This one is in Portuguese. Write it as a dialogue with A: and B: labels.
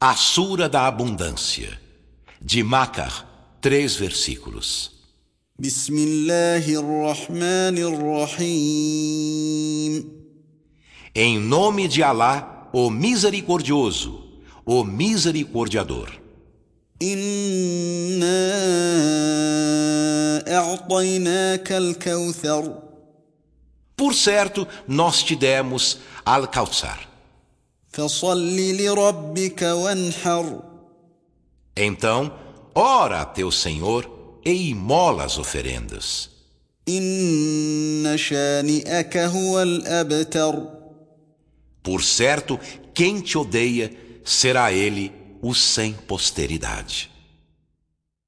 A: A Sura da Abundância, de Macar, três versículos.
B: بسم الله الرحمن الرحيم
A: Em nome de Alá, o Misericordioso, o Misericordiador.
B: إنا أعطيناك الكوثر
A: Por certo, nós te demos Al-Kautsar.
B: فصل لربك وانحر
A: Então, ora a teu Senhor e imola as oferendas.
B: إن شانئك هو الأبتر
A: Por certo, quem te odeia será ele o sem posteridade.